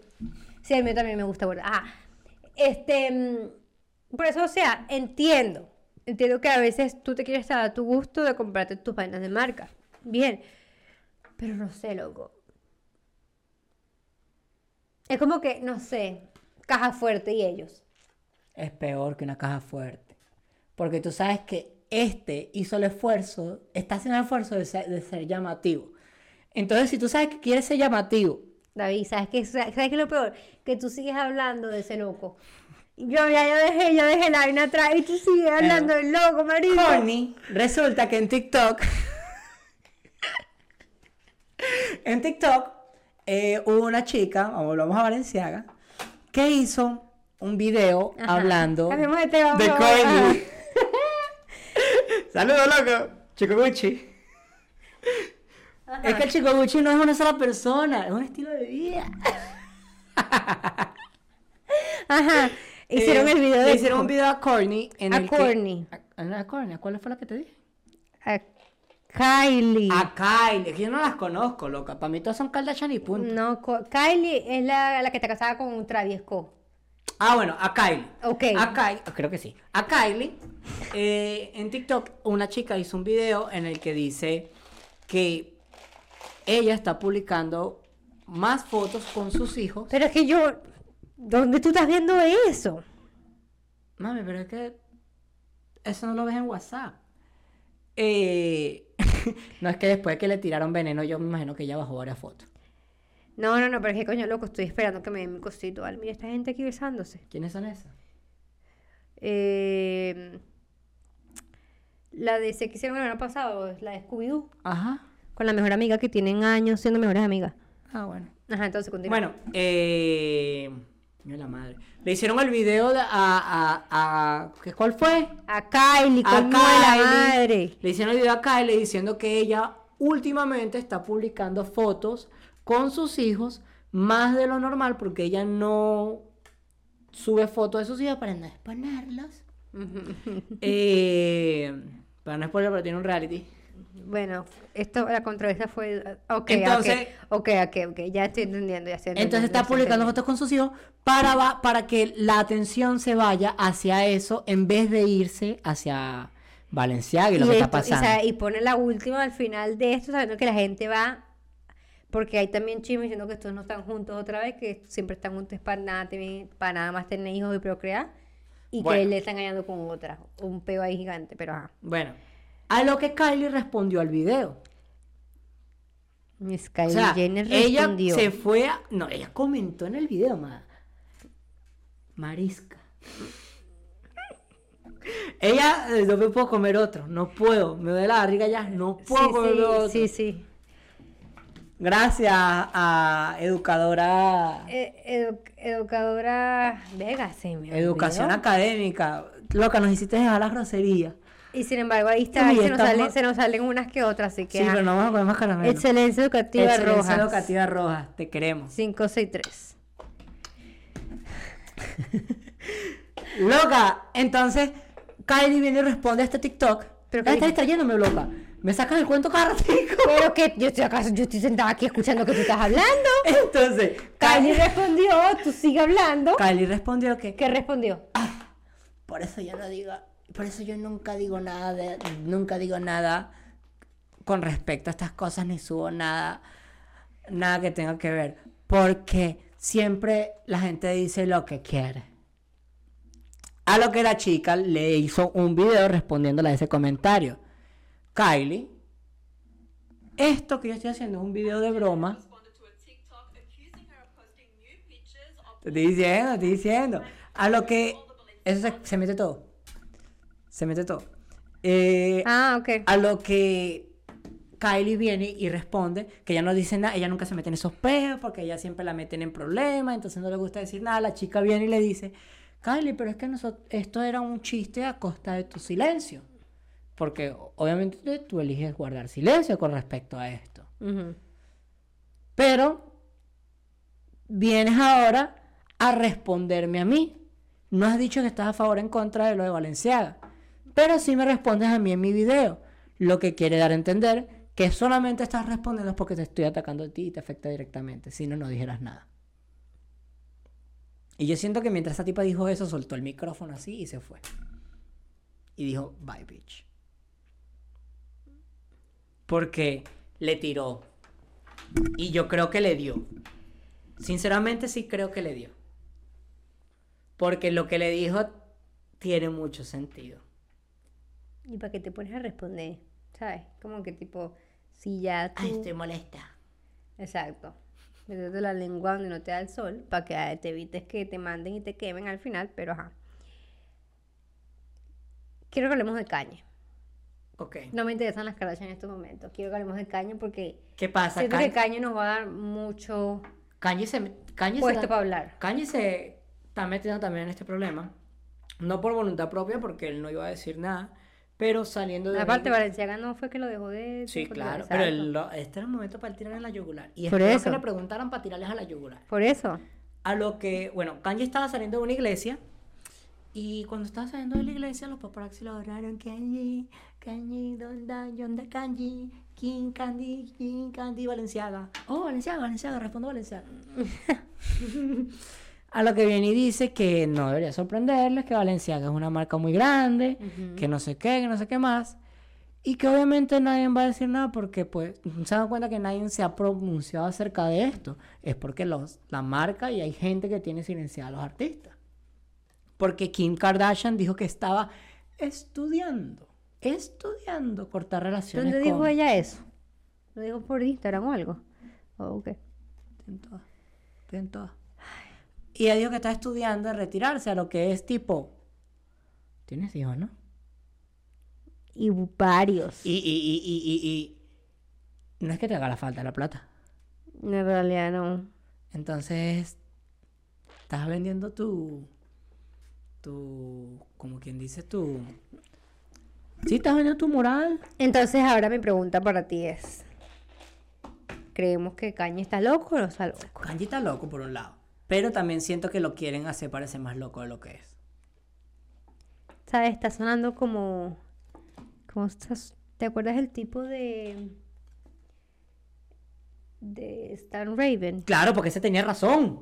S2: Sí, el mío también me gusta gorda. Ajá. Este, mm, por eso, o sea, entiendo. Entiendo que a veces tú te quieres dar a tu gusto de comprarte tus vainas de marca. Bien. Pero no sé, loco. Es como que, no sé, caja fuerte y ellos.
S1: es peor que una caja fuerte. Porque tú sabes que este hizo el esfuerzo, está haciendo el esfuerzo de ser, de ser llamativo. Entonces, si tú sabes que quieres ser llamativo,
S2: David, ¿sabes qué, ¿sabes qué es lo peor? Que tú sigues hablando de ese loco. Yo ya yo dejé, yo dejé la vaina atrás y tú sigues hablando del loco, marido.
S1: Corny, resulta que en TikTok, en TikTok, eh, hubo una chica, vamos- volvamos a Valenciaga, que hizo un video
S2: Ajá. este,
S1: hablando
S2: Cambiemos de tema, por favor.
S1: Corny. Saludos, loco. Chico Gucci. Es que el Chico Gucci no es una sola persona, es un estilo de vida.
S2: Ajá. Hicieron
S1: Eh,
S2: el video
S1: le
S2: de
S1: hicieron un video a Corny. En
S2: A
S1: el que-
S2: Corny.
S1: a, a- a Corny, ¿a cuál fue la que te dije?
S2: a Kylie.
S1: A Kylie, que yo no las conozco, loca. Para mí todas son Kardashian y punto.
S2: No, Co- Kylie es la, la que está casada con Travis Scott.
S1: Ah, bueno, a Kylie.
S2: Ok.
S1: A Kylie, creo que sí. A Kylie, eh, en TikTok, una chica hizo un video en el que dice que ella está publicando más fotos con sus hijos.
S2: Pero es que yo, ¿dónde tú estás viendo eso?
S1: Mami, pero es que eso no lo ves en WhatsApp. Eh, no es que después que le tiraron veneno, yo me imagino que ella bajó varias fotos.
S2: No, no, no, pero es que coño loco, estoy esperando que me den mi cosito. Al, mira esta gente aquí besándose.
S1: ¿Quiénes son esas?
S2: Eh, la de se que hicieron el verano pasado, es la de Scooby-Doo.
S1: Ajá.
S2: Con la mejor amiga que tienen años siendo mejores amigas.
S1: Ah, bueno.
S2: Ajá, entonces continúa.
S1: Bueno, eh. coño de la madre. Le hicieron el video de- a, a, a- ¿qué- ¿Cuál fue?
S2: A Kylie,
S1: A
S2: con la madre.
S1: Kylie. Le hicieron el video a Kylie diciendo que ella últimamente está publicando fotos con sus hijos más de lo normal porque ella no sube fotos de sus hijos para no exponerlos. Eh, para no spoiler, pero tiene un reality.
S2: Bueno, esto, la controversia fue. Ok,
S1: Entonces-
S2: ok, ok, ok, ok, ya estoy entendiendo, ya estoy entendiendo.
S1: Entonces
S2: ya
S1: está
S2: estoy
S1: publicando
S2: entendiendo.
S1: fotos con sus hijos para, va- para que la atención se vaya hacia eso en vez de irse hacia Valenciaga y lo que está
S2: esto- y
S1: pasando.
S2: sabe- Y, pone la última al final de esto, sabiendo que la gente va. Porque hay también chismes diciendo que estos no están juntos otra vez, que siempre están juntos para nada, tener- para nada más tener hijos y procrear. Y que
S1: Bueno.
S2: él le está engañando con otra. Un peo ahí gigante, pero ah, ajá.
S1: Bueno, A lo que Kylie respondió al video.
S2: Miss Kylie
S1: o sea,
S2: Jenner
S1: ella
S2: respondió.
S1: se fue a... No, ella comentó en el video, ma. Marisca. Ella, eh, no me puedo comer otro, no puedo, me duele la barriga ya, no
S2: Sí,
S1: puedo comer
S2: sí,
S1: otro.
S2: sí, sí.
S1: Gracias a educadora,
S2: Eh, edu- educadora Vega, se me olvidó.
S1: educación académica. Loca, nos hiciste dejar las groserías.
S2: Y sin embargo, ahí está,
S1: Uy,
S2: se, nos
S1: estamos-
S2: salen, se nos salen unas que otras, así que.
S1: Sí,
S2: ajá.
S1: pero no vamos a comer más caramelo.
S2: Excelencia Educativa
S1: Excelencia
S2: Rojas.
S1: educativa roja, te queremos.
S2: 563.
S1: Loca, entonces Kylie viene y responde a este TikTok. Pero
S2: Pero Kylie-
S1: está distrayéndome, loca. Me sacas el cuento cada ratico.
S2: Pero que yo estoy acaso, yo estoy sentada aquí escuchando que tú estás hablando.
S1: Entonces,
S2: Kylie
S1: Kylie,
S2: respondió, tú sigue hablando.
S1: Kylie respondió que
S2: ¿Qué respondió?
S1: por eso yo no digo, por eso yo nunca digo nada, de- nunca digo nada con respecto a estas cosas ni subo nada, nada que tenga que ver, porque siempre la gente dice lo que quiere. A lo que la chica le hizo un video respondiéndole a ese comentario. Kylie, esto que yo estoy haciendo es un video de broma.
S3: responded to a TikTok accusing her of posting nude pictures of
S1: Te estoy diciendo, te estoy diciendo. A lo que. Eso se, se mete todo. Se mete todo. Eh,
S2: Ah, ok.
S1: A lo que Kylie viene y responde que ella no dice nada, ella nunca se mete en esos peos porque ella siempre la meten en problemas, entonces no le gusta decir nada. La chica viene y le dice: Kylie, pero es que nosotros, esto era un chiste a costa de tu silencio. Porque obviamente tú eliges guardar silencio con respecto a esto.
S2: Ujú.
S1: Pero vienes ahora a responderme a mí. No has dicho que estás a favor o en contra de lo de Valenciaga. Pero sí me respondes a mí en mi video. Lo que quiere dar a entender que solamente estás respondiendo es porque te estoy atacando a ti y te afecta directamente. Si no, no dijeras nada. Y yo siento que mientras esa tipa dijo eso, soltó el micrófono así y se fue. Y dijo, bye, bitch. Porque le tiró y yo creo que le dio. Sinceramente sí creo que le dio. Porque lo que le dijo tiene mucho sentido.
S2: ¿Y para qué te pones a responder? ¿Sabes? Como que tipo, si ya tú...
S1: Ay, estoy molesta.
S2: Exacto. Meterte la lengua donde no te da el sol para que ah, te evites que te manden y te quemen al final, pero ajá. Quiero que hablemos de caña.
S1: Ok.
S2: No me interesan las carachas en estos momentos. Quiero que hablemos de caña porque
S1: ¿Qué pasa?
S2: siento que
S1: Kanye
S2: caña nos va a dar mucho
S1: Kanye se, Kanye se,
S2: puesto para hablar.
S1: Kanye se está metiendo también en este problema. No por voluntad propia, porque él no iba a decir nada. Pero saliendo de...
S2: Aparte,
S1: ahí-
S2: Valenciaga no fue que lo dejó de...
S1: Sí,
S2: de-
S1: claro.
S2: exacto.
S1: Pero él lo- este era el momento para tirar en la yugular. Y
S2: Por
S1: espero
S2: eso.
S1: que le preguntaran para tirarles a la yugular.
S2: Por eso.
S1: A lo que, bueno, Kanye estaba saliendo de una iglesia y cuando estaba saliendo de la iglesia los paparazzi lo agarraron Kanye, Kanye, ¿dónde, dónde Kanye? King Candy, King Candy, Valenciaga. Oh, Valenciaga, Valenciaga, respondo Valenciaga. A lo que viene y dice que no debería sorprenderles, que Valenciaga es una marca muy grande, que no sé qué, que no sé qué más. Y que obviamente nadie va a decir nada porque pues se dan cuenta que nadie se ha pronunciado acerca de esto. Es porque los, la marca y hay gente que tiene silenciada a los artistas. Porque Kim Kardashian dijo que estaba estudiando, estudiando cortar relaciones
S2: ¿Dónde dijo
S1: con-
S2: ella eso? ¿Lo dijo por Instagram o algo? Oh, ok.
S1: Estoy en todas, estoy en todas. Y ella dijo que está estudiando en retirarse a lo que es tipo... ¿Tienes hijos, no?
S2: Y varios.
S1: Y, y, y, y, y, y... No es que te haga la falta la plata.
S2: En realidad no.
S1: Entonces, estás vendiendo tu, tu, como quien dice, tu... Sí, estás vendiendo tu moral.
S2: Entonces ahora mi pregunta para ti es, ¿creemos que Caña está loco o no está loco?
S1: Kanji está loco por un lado, pero también siento que lo quieren hacer parecer más loco de lo que es.
S2: ¿Sabes? Está sonando como... como estas- ¿Te acuerdas el tipo de... de Stan Raven?
S1: Claro, porque ese tenía razón.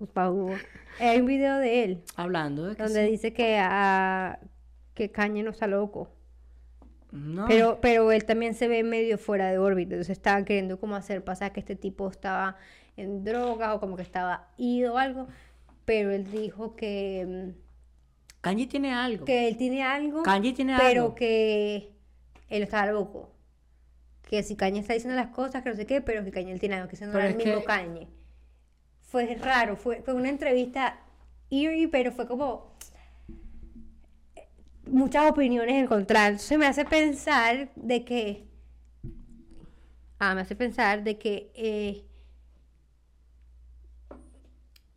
S2: Upa, Hugo. Hay un video de él
S1: Hablando de que...
S2: donde dice que, ah, que Caña no está loco.
S1: No.
S2: Pero, pero él también se ve medio fuera de órbita, entonces estaban queriendo como hacer pasar que este tipo estaba en droga o como que estaba ido o algo, pero él dijo que, mm,
S1: Kanji tiene algo.
S2: que él tiene algo,
S1: Kanye tiene
S2: pero
S1: algo.
S2: que él estaba loco. Que si Caña está diciendo las cosas, que no sé qué, pero que Caña él tiene algo, que ese no
S1: Pero
S2: era el
S1: es
S2: mismo
S1: que-
S2: Caña. Fue raro, fue, fue una entrevista eerie, pero fue como muchas opiniones encontradas. Entonces me hace pensar de que. Ah, me hace pensar de que. eh,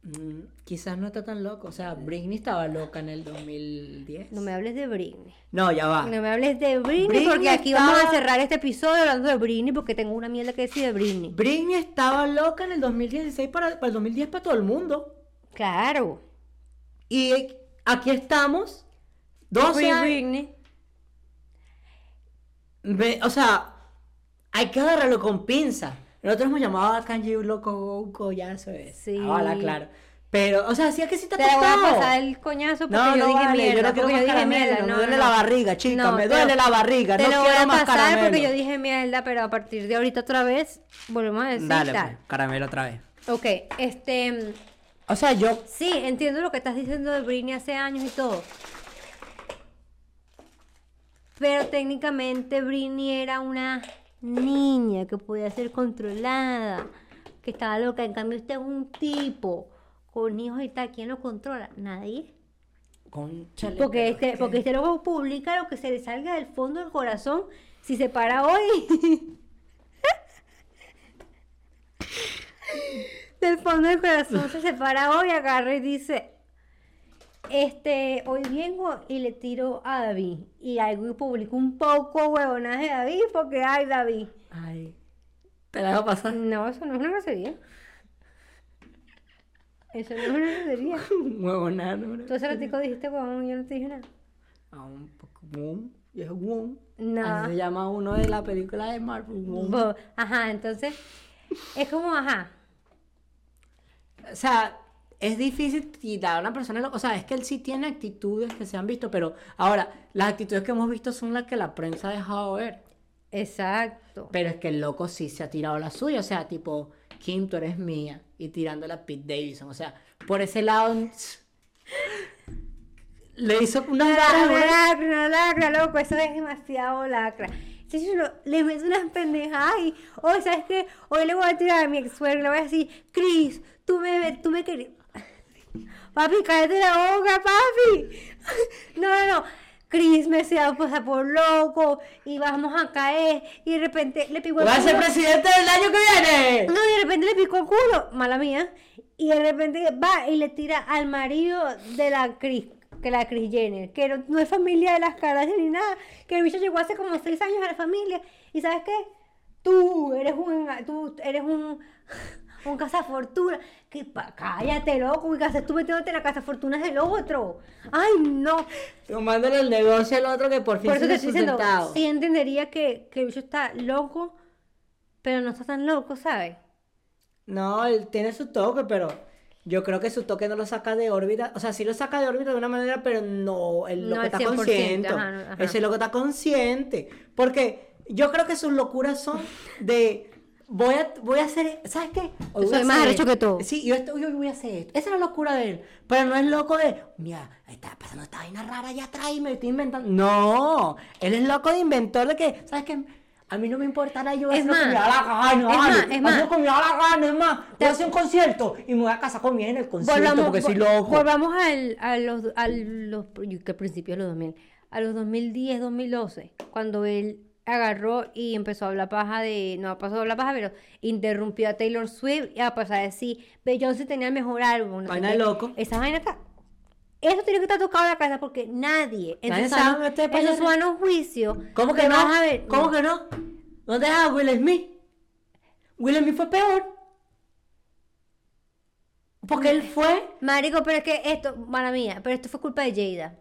S1: Mm, quizás no está tan loco. O sea, Britney estaba loca en el 2010.
S2: no me hables de Britney.
S1: No, ya va.
S2: No me hables de Britney,
S1: Ah. Britney
S2: porque aquí vamos a
S1: estaba-
S2: cerrar este episodio hablando de Britney porque tengo una mierda que decir de Britney.
S1: Britney estaba loca en el 2016 para, para el 2010 para todo el mundo.
S2: Claro.
S1: Y aquí estamos. 12
S2: Free
S1: años-
S2: Britney.
S1: Ve- o sea, hay que agarrarlo con pinza. Nosotros hemos llamado a Kanye un loco, un collazo. es.
S2: Sí.
S1: Ahora, claro. Pero, o sea, sí es que sí te ha
S2: Te la voy a
S1: costado.
S2: pasar el coñazo porque
S1: No,
S2: yo
S1: no
S2: dije
S1: vale, yo
S2: mierda.
S1: no quiero
S2: porque
S1: más
S2: dije
S1: caramelo,
S2: mierda.
S1: me
S2: No,
S1: duele
S2: no,
S1: la
S2: no.
S1: barriga, chica, me
S2: te
S1: duele
S2: lo-
S1: la barriga,
S2: Te
S1: no
S2: lo voy
S1: quiero
S2: a
S1: más
S2: pasar porque
S1: caramelo.
S2: yo dije mierda, pero a partir de ahorita otra vez volvemos a decir
S1: Dale,
S2: tal.
S1: pues, caramelo otra vez.
S2: Ok, este.
S1: O sea, yo.
S2: Sí, entiendo lo que estás diciendo de Britney hace años y todo. Pero técnicamente Britney era una niña que podía ser controlada, que estaba loca. En cambio, usted es un tipo con hijos y tal. ¿Quién lo controla? Nadie.
S1: Cónchale,
S2: Porque
S1: pero
S2: este,
S1: es
S2: porque
S1: que-
S2: este loco publica lo que se le salga del fondo del corazón si se para hoy. del fondo del corazón se separa hoy, agarra y dice, este, hoy vengo y le tiro a David. Y algo y publico un poco huevonadas de David porque ay David.
S1: Ay. Te la dejo pasar.
S2: No, eso no es una grosería. Eso no es una grosería.
S1: Huevonada, no, no.
S2: Tú hace ratico dijiste huevón, yo no te dije nada.
S1: A un Pokémon. Y es Wong.
S2: No.
S1: Así se llama uno de la película de Marvel. Wong.
S2: Bo- Ajá, entonces es como, ajá,
S1: O sea, es difícil tirar a una persona. lo- O sea, es que él sí tiene actitudes que se han visto, pero ahora, las actitudes que hemos visto son las que la prensa ha dejado ver.
S2: exacto.
S1: Pero es que el loco sí se ha tirado la suya. O sea, tipo, Kim, tú eres mía. Y tirándola a Pete Davidson. O sea, por ese lado. Le hizo unas varas,
S2: Lacra,
S1: güey.
S2: lacra, lacra, loco, eso es demasiado lacra. Entonces yo lo- le meto unas pendejadas y, hoy, ¿sabes qué? Hoy le voy a tirar a mi ex suegra, le voy a decir, Cris, tú me, tú me querías. Papi, cállate la boca, papi. No, no, no. Cris me se va a pasar por loco y vamos a caer y de repente le pico el
S1: Va a ser
S2: culo.
S1: presidente del año que viene.
S2: No, y de repente le picó el culo, mala mía. Y de repente va y le tira al marido de la Cris, que la Cris Jenner, que no, no es familia de las caras ni nada, que el bicho llegó hace como seis años a la familia. ¿Y sabes qué? Tú eres un, tú eres un, un cazafortuna. Que pa- cállate, loco, y que haces tú metiéndote en la cazafortuna del otro. Ay, no.
S1: Tomándole el negocio al otro que por fin
S2: Por
S1: se
S2: eso te
S1: le
S2: estoy diciendo,
S1: sustentado.
S2: sí entendería que, que el bicho está loco, pero no está tan loco, ¿sabes?
S1: No, él tiene su toque, pero yo creo que su toque no lo saca de órbita. O sea, sí lo saca de órbita de una manera, pero no, el
S2: No
S1: loco
S2: al
S1: está
S2: 100%,
S1: consciente.
S2: ajá, no, ajá.
S1: Ese loco está consciente. Porque yo creo que sus locuras son de. Voy a, voy a hacer. ¿Sabes qué? Hoy voy
S2: Soy
S1: a
S2: más
S1: hacer
S2: arrecho
S1: esto.
S2: que tú.
S1: Sí, yo estoy, hoy voy a hacer esto. Esa es la locura de él. Pero no es loco de. Mira, está pasando esta vaina rara allá atrás y me estoy inventando. No, él es loco de inventor de que. ¿Sabes qué? A mí no me importará yo voy a
S2: Es
S1: hacer lo que
S2: más,
S1: me da la gana,
S2: es
S1: vale.
S2: más, es más.
S1: Hazlo como me da la gana, es más. Voy a hacer un concierto y me voy a casar con mi en el concierto porque soy
S2: vol-
S1: loco.
S2: volvamos al, a los, a los yo que principios de los 2000, a los 2010, 2012, cuando él agarró y empezó a hablar paja de, no pasó a hablar paja, pero interrumpió a Taylor Swift y a pasar a decir, Beyoncé tenía el mejor álbum. no sé
S1: Vaina
S2: qué.
S1: de loco.
S2: Esa vaina está, eso tiene que estar tocado en la cabeza porque nadie, en
S1: Nadie
S2: su
S1: sabe
S2: sano,
S1: lo que está
S2: en su
S1: pasando.
S2: sano juicio,
S1: ¿Cómo
S2: te
S1: que no?
S2: vas a ver-
S1: ¿Cómo que no? ¿No te dejas a Will Smith? Will Smith fue peor. Porque él fue.
S2: Marico, pero es que esto, mala mía, pero esto fue culpa de Jada.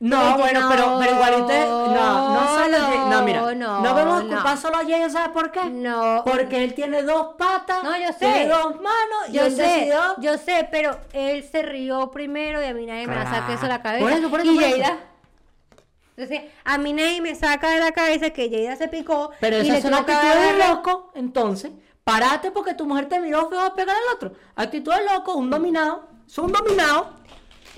S1: No,
S2: Oye,
S1: bueno, pero, pero igualito es- No, no solo.
S2: no,
S1: Jay- No, mira.
S2: no,
S1: No, vamos a
S2: no.
S1: culpar solo a Jay, ¿sabes Ah. por qué?
S2: No,
S1: Porque él tiene dos patas,
S2: No, yo sé.
S1: tiene dos manos, y
S2: Yo
S1: él
S2: sé,
S1: decidió
S2: yo sé, pero él se rió primero y a mí nadie me la saca eso de la
S1: Claro.
S2: cabeza.
S1: Por eso, por eso,
S2: y
S1: por eso.
S2: Yeida- Entonces, a mí nadie me saca de la cabeza que Yeida se picó.
S1: Pero
S2: y
S1: esa
S2: le
S1: es una
S2: tuvo que
S1: actitud de
S2: agarrar-
S1: loco, entonces. Parate porque tu mujer te miró feo a pegar al otro. Actitud de loco, un dominado. Es un dominado.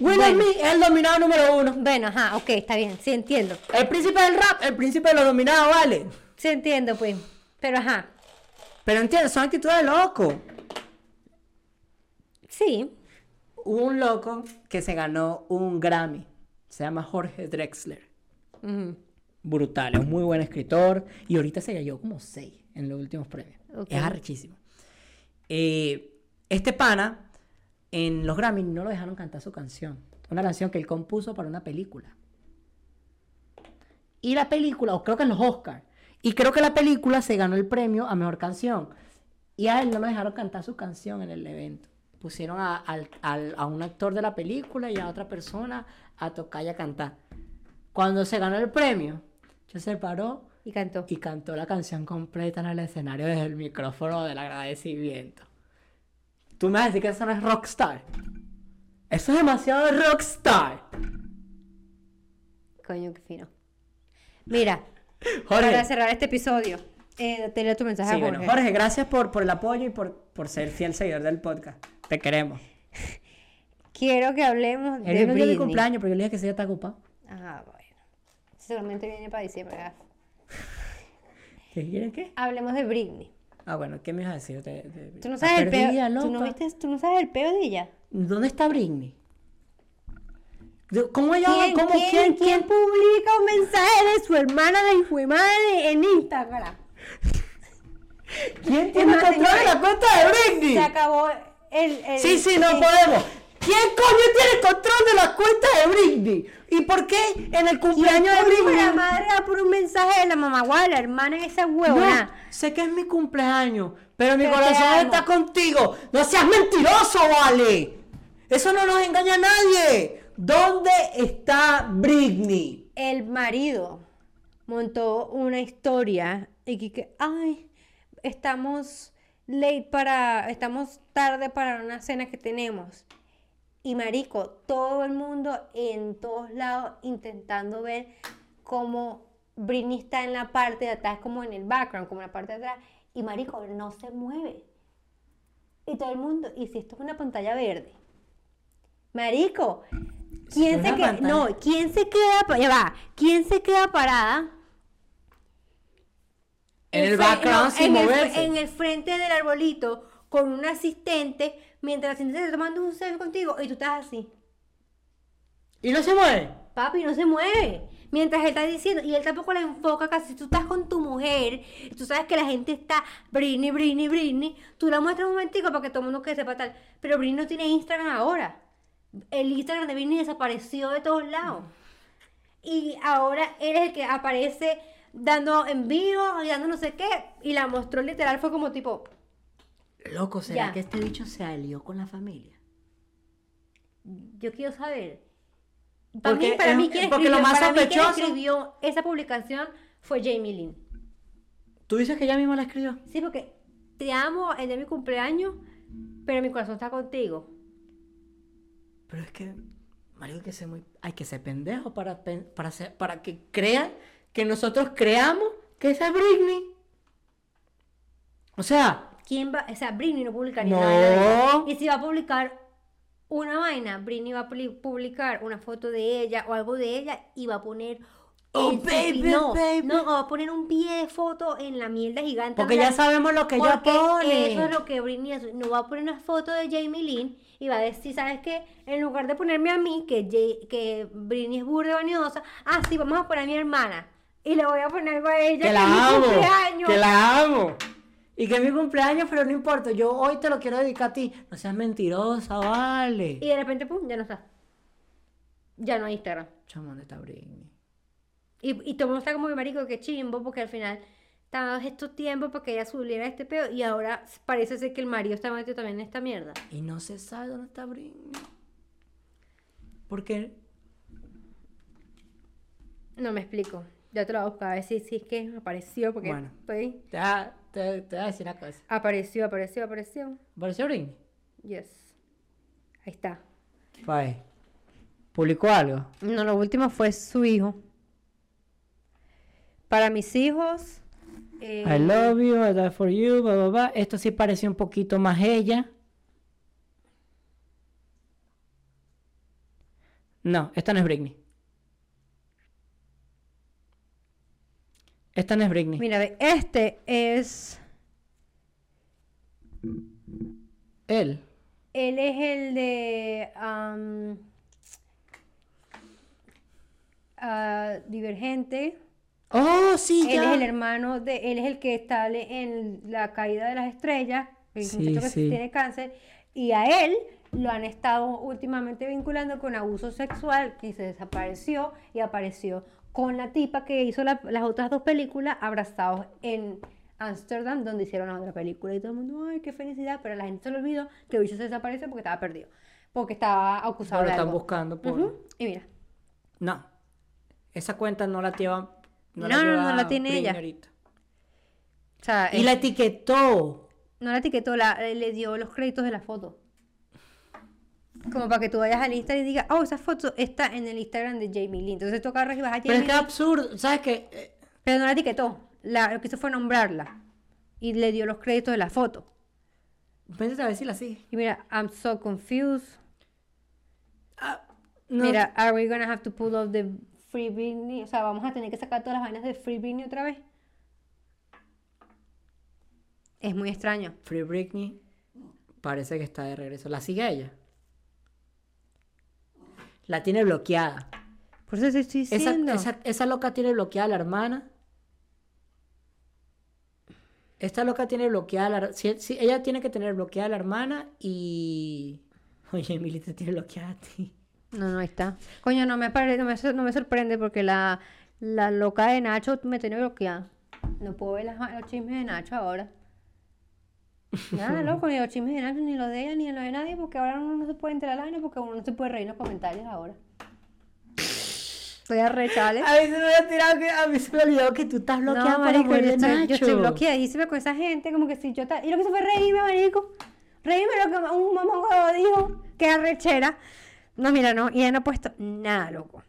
S1: Will
S2: Bueno.
S1: Smith es el dominado número uno.
S2: Bueno, ajá, ok, está bien, sí entiendo.
S1: El príncipe del rap, el príncipe de los dominados, vale.
S2: Sí entiendo, pues. Pero ajá,
S1: Pero entiendes, son actitudes de loco.
S2: sí.
S1: Hubo un loco que se ganó un Grammy. Se llama Jorge Drexler.
S2: Ujú.
S1: Brutal, es un muy buen escritor. Y ahorita se cayó como seis en los últimos premios.
S2: Ok.
S1: Es arrechísimo. Eh, este pana, en los Grammy no lo dejaron cantar su canción. Una canción que él compuso para una película. Y la película, o creo que en los Oscars. Y creo que la película se ganó el premio a mejor canción. Y a él no lo dejaron cantar su canción en el evento. Pusieron a, al- al- a un actor de la película y a otra persona a tocar y a cantar. Cuando se ganó el premio, yo se paró
S2: Y cantó.
S1: y cantó la canción completa en el escenario desde el micrófono del agradecimiento. Tú me vas a decir que eso no es rockstar. Eso es demasiado rockstar.
S2: Coño, qué fino. Mira, para
S1: Jorge,
S2: cerrar este episodio, eh, te leo tu mensaje a
S1: sí, bueno,
S2: Jorge.
S1: Jorge, gracias por, por el apoyo y por, por ser fiel seguidor del podcast. Te queremos.
S2: Quiero que hablemos de
S1: Él vino el día de
S2: Britney.
S1: mi cumpleaños, pero yo le dije que se está ocupado.
S2: Ah, bueno. Seguramente viene para diciembre. ¿verdad?
S1: ¿Qué quieren qué?
S2: Hablemos de Britney.
S1: Ah, bueno, ¿qué me ibas a decir? de- de-
S2: Tú no
S1: Está
S2: sabes el
S1: perdida,
S2: peo. ¿tú no,
S1: loca.
S2: viste, tú no sabes el peo de ella.
S1: ¿Dónde está Britney? ¿De- ¿Cómo ella?
S2: ¿Quién,
S1: ¿Cómo?
S2: quién,
S1: ¿Quién?
S2: quién publica un mensaje de su hermana de hijo de madre en Instagram?
S1: ¿Quién tiene
S2: Es más,
S1: control de la
S2: señores,
S1: cuenta de Britney?
S2: Se acabó el. el-
S1: Sí, sí, no podemos. ¿Quién coño tiene control de la cuenta de Britney? ¿Y por qué en el cumpleaños de
S2: Coño, La
S1: Britney?
S2: madre va por un mensaje de la mamá o de la hermana en esa huevona.
S1: No, sé que es mi cumpleaños, pero mi
S2: Pero te
S1: corazón
S2: amo.
S1: está contigo. No seas mentiroso, vale. Eso no nos engaña a nadie. ¿Dónde está Britney?
S2: el marido montó una historia y que, que, ay, estamos late para, estamos tarde para una cena que tenemos. Y marico, todo el mundo en todos lados intentando ver cómo Britney está en la parte de atrás, como en el background, como en la parte de atrás. Y marico, no se mueve. Y todo el mundo, y si esto es una pantalla verde. Marico, ¿quién
S1: Una
S2: se queda?
S1: pantalla.
S2: No, ¿quién se queda? pa- Ya va, ¿quién se queda parada?
S1: En el
S2: fre-
S1: background
S2: no,
S1: sin
S2: en el fre-
S1: moverse.
S2: en el frente del arbolito con un asistente, mientras el asistente está tomando un selfie contigo y tú estás así.
S1: Y no se mueve.
S2: Papi, no se mueve. Mientras él está diciendo, y él tampoco la enfoca casi. Tú estás con tu mujer, y tú sabes que la gente está Britney, Britney, Britney. Tú la muestras un momentico para que todo el mundo que sepa tal. Pero Britney no tiene Instagram ahora. El Instagram de Britney desapareció de todos lados. Y ahora eres el que aparece dando en vivo y dando no sé qué. Y la mostró literal, fue como tipo,
S1: Loco, ¿será
S2: Ya.
S1: que este bicho se alió con la familia?
S2: yo quiero saber. Para
S1: Porque
S2: mí, para
S1: es-
S2: mí, ¿quién
S1: porque lo
S2: escribió,
S1: más
S2: para mí, quién
S1: sospechoso-
S2: escribió esa publicación fue Jamie Lynn.
S1: ¿Tú dices que ella misma la escribió?
S2: Sí, porque te amo el día de mi cumpleaños, pero mi corazón está contigo.
S1: Pero es que, marico, hay que ser muy, hay que ser pendejo para, pen- para, ser- para que crean que nosotros creamos que esa es Britney. O sea,
S2: ¿Quién va? O sea, Britney no publicaría
S1: No.
S2: una vaina de- Y si va a publicar una vaina, Britney va a pli- publicar una foto de ella o algo de ella y va a poner.
S1: Oh,
S2: el
S1: baby,
S2: selfie. no,
S1: baby.
S2: no, o va a poner un pie de foto en la mierda gigante.
S1: porque
S2: blanca.
S1: ya sabemos lo que ella
S2: Porque
S1: pone.
S2: Eso es lo que Britney hace. No va a poner una foto de Jamie Lynn y va a decir, ¿sabes qué? En lugar de ponerme a mí, que, Jay- que Britney es burda y vanidosa, ah, sí, vamos a poner a mi hermana. Y le voy a poner algo a ella.
S1: Que
S2: es mi
S1: la amo.
S2: cumpleaños.
S1: Que la amo. Y que es mi cumpleaños, pero no importa. Yo hoy te lo quiero dedicar a ti. No seas mentirosa, vale.
S2: Y de repente, pum, ya no está. Ya no hay Instagram.
S1: Chamo, ¿dónde está Britney?
S2: Y, y todo el mundo está como que marico, que chimbo, porque al final estabas estos tiempos para que ella subiera este pedo y ahora parece ser que el marido está metido también en esta mierda.
S1: Y no se sabe dónde está Britney. Porque
S2: No me explico. Ya te lo voy a buscar a ver si, si es que apareció, porque
S1: Bueno.
S2: estoy...
S1: te, va- te, te voy a decir una cosa.
S2: Apareció, apareció, apareció.
S1: ¿Apareció Britney?
S2: Yes. Ahí está.
S1: Pues, publicó algo.
S2: No, lo último fue su hijo. Para mis hijos. eh,
S1: I love you, I die for you, bla, bla, bla. Esto sí pareció un poquito más ella. No, esta no es Britney. Esta no es Britney.
S2: Mira, ve, este es.
S1: Él.
S2: Él es el de. am, ah, Divergente.
S1: Oh, sí,
S2: Él es
S1: ya.
S2: el hermano de. Él es el que está le- en la caída de las estrellas. El
S1: Sí,
S2: muchacho que
S1: sí.
S2: tiene cáncer. Y a él lo han estado últimamente vinculando con abuso sexual, que se desapareció y apareció con la tipa que hizo la- las otras dos películas, abrazados en Ámsterdam, donde hicieron la otra película. Y todo el mundo, ay, qué felicidad. Pero a la gente se le olvidó que el bicho se desapareció porque estaba perdido. Porque estaba acusado
S1: Ahora
S2: de
S1: están
S2: algo.
S1: buscando por.
S2: Ujú, Y mira.
S1: No. Esa cuenta no la lleva.
S2: No, no, no
S1: lleva
S2: la tiene
S1: Britney
S2: ella. Eh.
S1: ahorita.
S2: O sea,
S1: Y
S2: es-
S1: la etiquetó.
S2: No la etiquetó, la, eh, le dio los créditos de la foto. Como para que tú vayas al Instagram y digas, oh, esa foto está en el Instagram de Jamie Lee. Entonces tú agarras y vas a Jamie
S1: Pero es que es
S2: Lee,
S1: absurdo. ¿Sabes qué? Eh,
S2: pero no la etiquetó. La, lo que hizo fue nombrarla. Y le dio los créditos de la foto.
S1: Vete a ver si la sigue.
S2: Y mira, I'm so confused.
S1: Ah, no.
S2: Mira, are we gonna have to pull off the Free Britney? O sea, vamos a tener que sacar todas las vainas de Free Britney otra vez. Es muy extraño.
S1: Free Britney parece que está de regreso. ¿La sigue ella? La tiene bloqueada.
S2: Por eso te estoy
S1: Esa,
S2: diciendo.
S1: esa- esa loca tiene bloqueada a la hermana. Esta loca tiene bloqueada a la... her- si- si- ella tiene que tener bloqueada a la hermana y... Oye, Emily te tiene bloqueada a ti.
S2: No, no ahí está. Coño, no me, pare- no me, sor- no me sorprende porque la, la loca de Nacho me tiene bloqueada. No puedo ver las, los chismes de Nacho ahora. Nada, loco, ni los chismes de Nacho, ni los de ella, ni los de nadie, porque ahora uno no se puede enterar la vaina, porque uno no se puede reír en los comentarios ahora. Estoy arrechale.
S1: A mí se me había tirado que... A mí se me olvidó que tú estás bloqueada
S2: No,
S1: por
S2: marico,
S1: amor
S2: yo
S1: de
S2: estoy, yo estoy
S1: Nacho.
S2: bloqueadísima con esa gente, como que si yo... ta- Y lo que se fue reírme, marico. Reírme lo que un mamá dijo, que arrechera. No, mira, no, y ella no ha puesto nada, loco.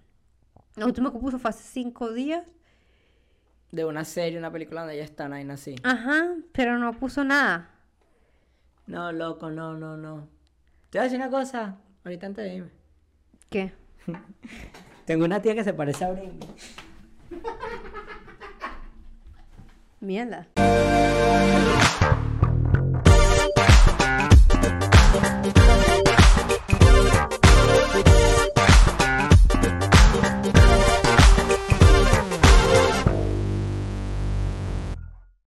S2: Lo último que puso fue hace cinco días.
S1: De una serie, una película donde ella está, Naina, así.
S2: Ajá, pero no puso nada.
S1: No, loco, no, no, no. Te voy a decir una cosa. Ahorita antes de irme.
S2: ¿Qué?
S1: Tengo una tía que se parece a Britney.
S2: Mierda.